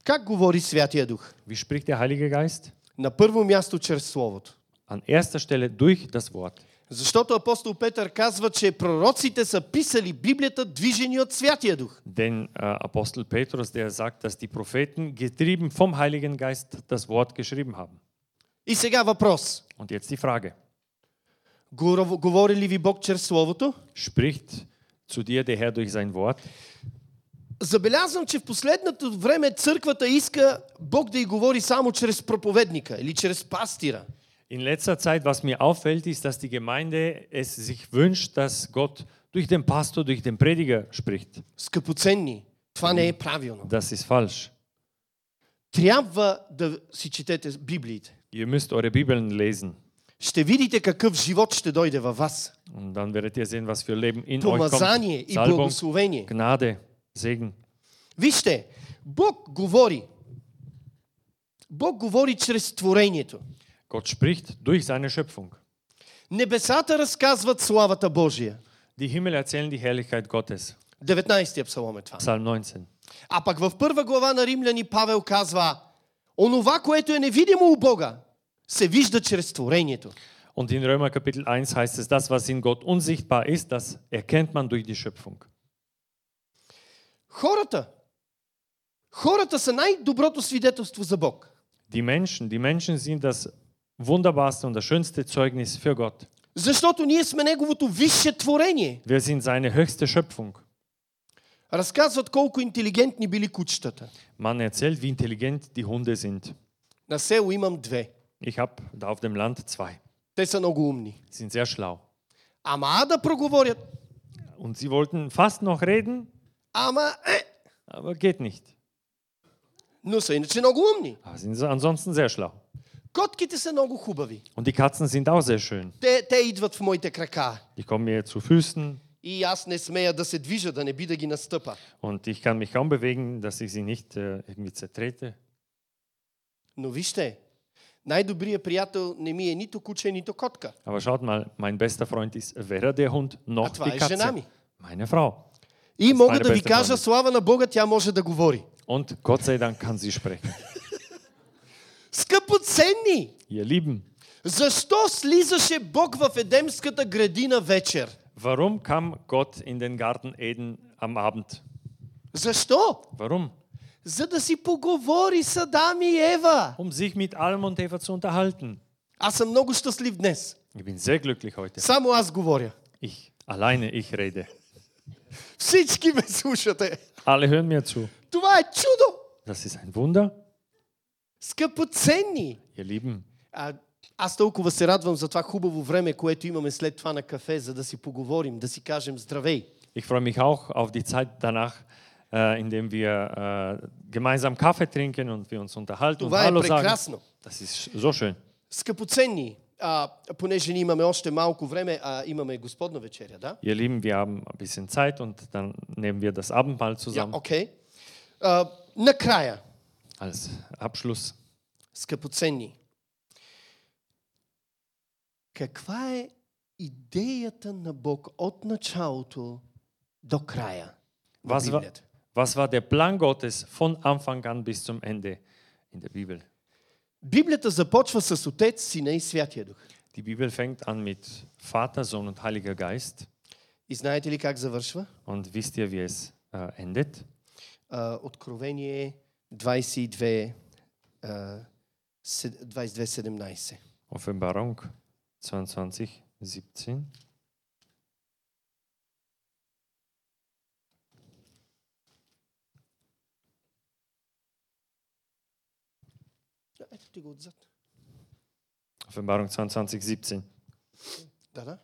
[SPEAKER 1] Как говори Святия Дух?
[SPEAKER 2] Wie spricht der Heilige Geist?
[SPEAKER 1] На първо място чрез Словото.
[SPEAKER 2] An erster Stelle durch das Wort.
[SPEAKER 1] Защото апостол Петър казва, че пророците са писали Библията, движени от Святия Дух.
[SPEAKER 2] Denn äh, Apostel Petrus, der sagt, dass die Propheten getrieben vom Heiligen Geist das Wort geschrieben haben.
[SPEAKER 1] И сега въпрос.
[SPEAKER 2] Und jetzt die Frage.
[SPEAKER 1] Горо- Говори ли ви Бог чрез Словото?
[SPEAKER 2] Spricht zu dir der Herr durch sein Wort?
[SPEAKER 1] Забелязвам, че в последното време църквата иска Бог да й говори само чрез проповедника или чрез пастира.
[SPEAKER 2] In letzter Zeit, was mir auffällt, ist, dass die Gemeinde es sich wünscht, dass Gott durch den Pastor, durch den Prediger spricht.
[SPEAKER 1] Скъпоценни, това не е правилно.
[SPEAKER 2] Das ist falsch.
[SPEAKER 1] Трябва да си четете Библиите.
[SPEAKER 2] Ihr müsst eure Bibeln lesen
[SPEAKER 1] Ще видите какъв живот ще дойде във вас.
[SPEAKER 2] und dann werdet ihr sehen, was für Leben in euch
[SPEAKER 1] Помазание
[SPEAKER 2] kommt.
[SPEAKER 1] и
[SPEAKER 2] Salbung,
[SPEAKER 1] благословение.
[SPEAKER 2] Gnade, Segen.
[SPEAKER 1] Вижте, Бог говори. Bог говори чрез творението.
[SPEAKER 2] Gott spricht durch seine Schöpfung.
[SPEAKER 1] Небесата разказват славата Божия.
[SPEAKER 2] Die Himmel erzählen die Herrlichkeit Gottes.
[SPEAKER 1] 19-я псалом е това.
[SPEAKER 2] Psalm 19.
[SPEAKER 1] А пък в първа глава на Римляни Павел казва, онова, което е невидимо у Бога, се вижда чрез творението.
[SPEAKER 2] Und in Römer Kapitel 1 heißt es, das, was in Gott unsichtbar ist, das erkennt man durch die Schöpfung.
[SPEAKER 1] Хората, хората са най-доброто свидетелство за Бог.
[SPEAKER 2] Die Menschen, die Menschen sind das wunderbarste und das schönste Zeugnis für Gott.
[SPEAKER 1] Защото ние сме Неговото висше творение.
[SPEAKER 2] Wir sind seine höchste Schöpfung.
[SPEAKER 1] Разказват колко интелигентни били кучетата.
[SPEAKER 2] Man erzählt, wie intelligent die Hunde sind.
[SPEAKER 1] На село имам две.
[SPEAKER 2] Ich habe da auf dem Land zwei.
[SPEAKER 1] Те са много умни.
[SPEAKER 2] Sie sind sehr schlau.
[SPEAKER 1] Ама а да проговорят.
[SPEAKER 2] Und sie wollten fast noch reden,
[SPEAKER 1] Ама е.
[SPEAKER 2] aber geht nicht.
[SPEAKER 1] Но са иначе много умни.
[SPEAKER 2] Aber sind sie ansonsten sehr schlau.
[SPEAKER 1] Котките са много хубави.
[SPEAKER 2] Und die Katzen sind auch sehr schön.
[SPEAKER 1] Те, те идват в моите крака.
[SPEAKER 2] Die kommen mir zu Füßen
[SPEAKER 1] И аз не смея да се движа, да не би да ги настъпа.
[SPEAKER 2] und ich kann mich kaum bewegen, dass ich sie nicht äh, irgendwie zertrete.
[SPEAKER 1] Но вижте, най-добрият приятел не ми е нито куче, нито котка.
[SPEAKER 2] Aber schaut mal, mein bester Freund ist weder der Hund noch
[SPEAKER 1] А това
[SPEAKER 2] die
[SPEAKER 1] е жена
[SPEAKER 2] Katze.
[SPEAKER 1] ми.
[SPEAKER 2] Meine Frau.
[SPEAKER 1] И мога да ви
[SPEAKER 2] най-любезната
[SPEAKER 1] кажа,
[SPEAKER 2] мама.
[SPEAKER 1] слава на Бога, тя може да говори.
[SPEAKER 2] Und Gott sei Dank kann sie sprechen.
[SPEAKER 1] Скъпоценни!
[SPEAKER 2] Ihr Lieben,
[SPEAKER 1] Защо слизаше Бог в Едемската градина вечер?
[SPEAKER 2] warum kam Gott in den Garten Eden am Abend?
[SPEAKER 1] Защо?
[SPEAKER 2] Warum?
[SPEAKER 1] За да си поговори с Адам и Ева.
[SPEAKER 2] Um sich mit Adam und Eva zu unterhalten.
[SPEAKER 1] Аз съм много щастлив днес.
[SPEAKER 2] Ich bin sehr glücklich heute.
[SPEAKER 1] Само аз говоря.
[SPEAKER 2] Ich, alleine ich rede.
[SPEAKER 1] Всички ме слушате.
[SPEAKER 2] Alle hören mir zu.
[SPEAKER 1] Това е чудо!
[SPEAKER 2] Das ist ein Wunder,
[SPEAKER 1] Скъпоценни!
[SPEAKER 2] ihr Lieben.
[SPEAKER 1] А, аз толкова се радвам за това хубаво време, което имаме след това на кафе, за да си поговорим, да си кажем здравей.
[SPEAKER 2] Ich freue mich auch auf die Zeit danach, äh, indem wir äh, gemeinsam Kaffee trinken und wir uns unterhalten und
[SPEAKER 1] Това е
[SPEAKER 2] Hallo sagen.
[SPEAKER 1] прекрасно.
[SPEAKER 2] Das ist so schön.
[SPEAKER 1] Скъпоценни, а, понеже ние имаме още малко време, а имаме Господна вечеря, да?
[SPEAKER 2] Ihr Lieben, wir haben ein bisschen Zeit und dann nehmen wir das Abendmahl
[SPEAKER 1] Я,
[SPEAKER 2] zusammen
[SPEAKER 1] окей. А, накрая,
[SPEAKER 2] als Abschluss.
[SPEAKER 1] скъпоценни, каква е идеята на Бог от началото до края? на
[SPEAKER 2] Was war,
[SPEAKER 1] Библията?
[SPEAKER 2] was war der Plan Gottes von Anfang an bis zum Ende in der Bibel?
[SPEAKER 1] Библията започва с Отец, Сина и Святия Дух.
[SPEAKER 2] Die Bibel fängt an mit Vater, Sohn und Heiliger Geist.
[SPEAKER 1] И знаете ли как завършва?
[SPEAKER 2] Und wisst ihr, wie es äh, endet.
[SPEAKER 1] А, Откровение 22, а, се- 22.17.
[SPEAKER 2] Offenbarung 22, 17.
[SPEAKER 1] Да, ето ти го отзад.
[SPEAKER 2] Offenbarung 22, 17.
[SPEAKER 1] Да, да.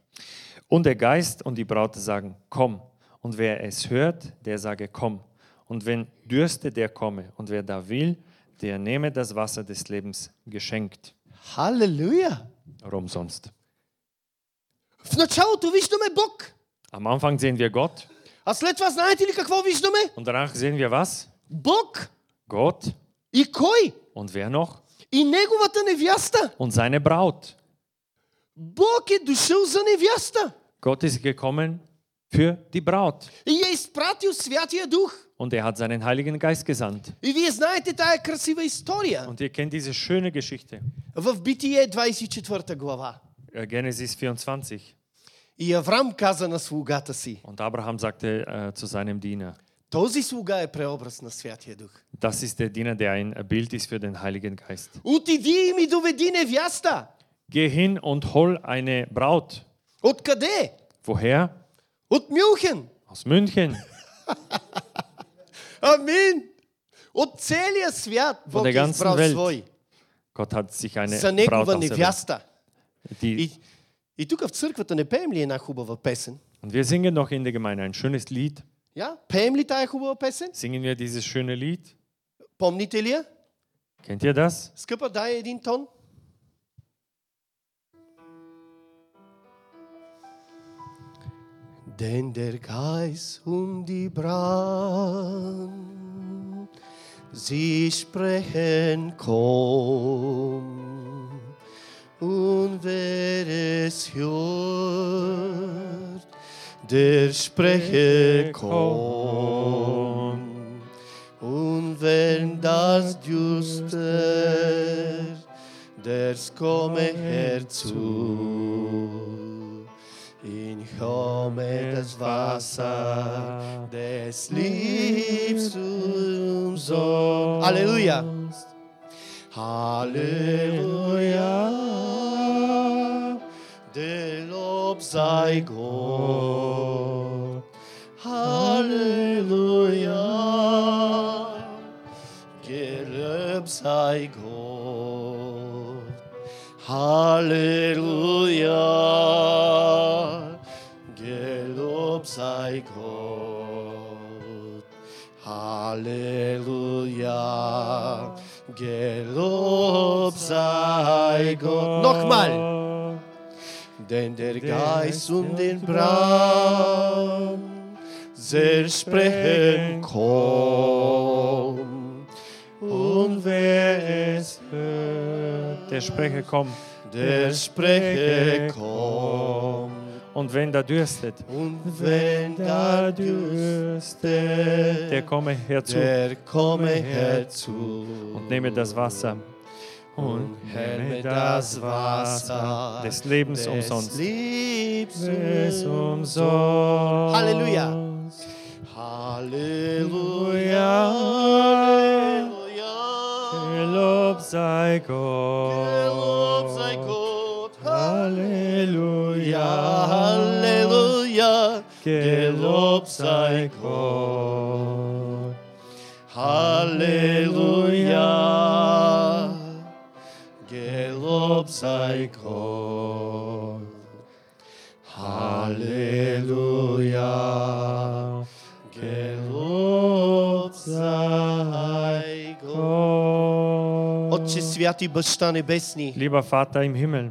[SPEAKER 2] Und der Geist und die Braut sagen, komm. Und wer es hört, der sage, komm. Und wenn dürste, der komme. Und wer da will, der nehme das Wasser des Lebens geschenkt.
[SPEAKER 1] Халелуя!
[SPEAKER 2] Warum sonst?
[SPEAKER 1] В началото виждаме Бог,
[SPEAKER 2] Am Anfang sehen wir Gott
[SPEAKER 1] а след това знаете ли какво виждаме?
[SPEAKER 2] und danach sehen wir was?
[SPEAKER 1] Бог
[SPEAKER 2] Gott
[SPEAKER 1] и кой?
[SPEAKER 2] und wer noch?
[SPEAKER 1] И неговата невяста.
[SPEAKER 2] Und seine Braut.
[SPEAKER 1] Бог е дошъл за невяста
[SPEAKER 2] Gott ist gekommen für die Braut
[SPEAKER 1] и е изпратил Святия Дух.
[SPEAKER 2] und er hat seinen Heiligen Geist gesandt.
[SPEAKER 1] И вие знаете тая красива история
[SPEAKER 2] Und ihr kennt diese schöne Geschichte.
[SPEAKER 1] в Битие 24 глава.
[SPEAKER 2] Äh, Genesis 24.
[SPEAKER 1] И Аврам каза на слугата си,
[SPEAKER 2] Und Abraham sagte äh, zu seinem Diener,
[SPEAKER 1] този слуга е преобраз на Святия Дух.
[SPEAKER 2] Das ist der Diener, der ein Bild ist für den Heiligen Geist.
[SPEAKER 1] Отиди и ми доведи невяста.
[SPEAKER 2] Geh hin und hol eine Braut.
[SPEAKER 1] Откъде?
[SPEAKER 2] Woher?
[SPEAKER 1] От Мюнхен.
[SPEAKER 2] Aus
[SPEAKER 1] (laughs)
[SPEAKER 2] München,
[SPEAKER 1] Амин! От целия свят Бог е
[SPEAKER 2] ganzen
[SPEAKER 1] избрал
[SPEAKER 2] Welt.
[SPEAKER 1] свой
[SPEAKER 2] Gott hat sich eine
[SPEAKER 1] за
[SPEAKER 2] Braut
[SPEAKER 1] негова
[SPEAKER 2] auserwählt.
[SPEAKER 1] невяста.
[SPEAKER 2] Die,
[SPEAKER 1] И, и тук в църквата не пеем ли една хубава песен?
[SPEAKER 2] und wir singen noch in der Gemeinde ein schönes Lied.
[SPEAKER 1] Я? Пеем ли тая хубава песен?
[SPEAKER 2] Singen wir dieses schöne Lied?
[SPEAKER 1] Помните ли я?
[SPEAKER 2] Kennt ihr das?
[SPEAKER 1] Скъпа, дай един тон. Denn der Geist um die Brand, sie sprechen, komm. Und wer es hört, der spreche, komm. Und wenn das düster, der's komme herzu. In komme das Wasser des Liebes umsonst. Halleluja! Halleluja! Der Lob sei Gott. Halleluja, gelobt sei Gott. Halleluja, gelobt sei Gott. Halleluja, gelobt sei Gott. Nochmal. Denn der Geist um den Brand sehr sprechen kommt. Und wer es hört,
[SPEAKER 2] Der Sprecher kommt.
[SPEAKER 1] der spreche kommt.
[SPEAKER 2] Und wenn da dürstet,
[SPEAKER 1] Und wenn da
[SPEAKER 2] der
[SPEAKER 1] dürstet,
[SPEAKER 2] komme herzu
[SPEAKER 1] der komme herzu.
[SPEAKER 2] und nehme das Wasser.
[SPEAKER 1] und helle das Wasser
[SPEAKER 2] des Lebens umsonst.
[SPEAKER 1] Lebens
[SPEAKER 2] Es
[SPEAKER 1] umsonst.
[SPEAKER 2] umsonst.
[SPEAKER 1] Halleluja. Halleluja. Halleluja.
[SPEAKER 2] Gelobt sei Gott.
[SPEAKER 1] Gelobt sei Gott.
[SPEAKER 2] Halleluja.
[SPEAKER 1] Halleluja. Halleluja.
[SPEAKER 2] Gelobt sei Gott.
[SPEAKER 1] Halleluja. Gelobt sei Gott. Halleluja. Gelobt sei Gott.
[SPEAKER 2] Oh.
[SPEAKER 1] Отче
[SPEAKER 2] Gott.
[SPEAKER 1] святи баща небесни,
[SPEAKER 2] Lieber Vater im Himmel,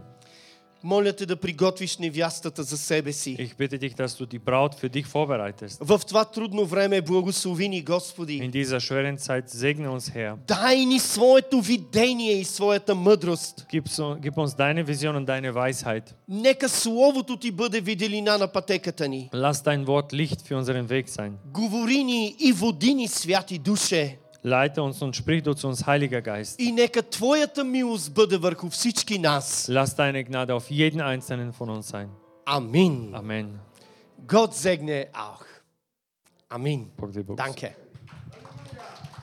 [SPEAKER 1] моля те да приготвиш невястата за себе си.
[SPEAKER 2] ich bitte dich, dass du die Braut für dich vorbereitest.
[SPEAKER 1] В това трудно време благослови ни, Господи.
[SPEAKER 2] In dieser schweren Zeit segne uns, Herr.
[SPEAKER 1] Дай ни своето видение и своята мъдрост.
[SPEAKER 2] Gib's- Gib uns deine Vision und deine Weisheit.
[SPEAKER 1] Нека Словото ти бъде виделина на пътеката ни.
[SPEAKER 2] Lass dein Wort Licht für unseren Weg sein.
[SPEAKER 1] Говори ни и води ни, святи душе.
[SPEAKER 2] Leite uns und sprich du zu uns, Heiliger Geist.
[SPEAKER 1] И нека Твоята милост бъде върху всички нас.
[SPEAKER 2] Lass deine Gnade auf jeden einzelnen von uns sein.
[SPEAKER 1] Амин.
[SPEAKER 2] Amen.
[SPEAKER 1] Год зегне аух. Amin.
[SPEAKER 2] Box.
[SPEAKER 1] Danke.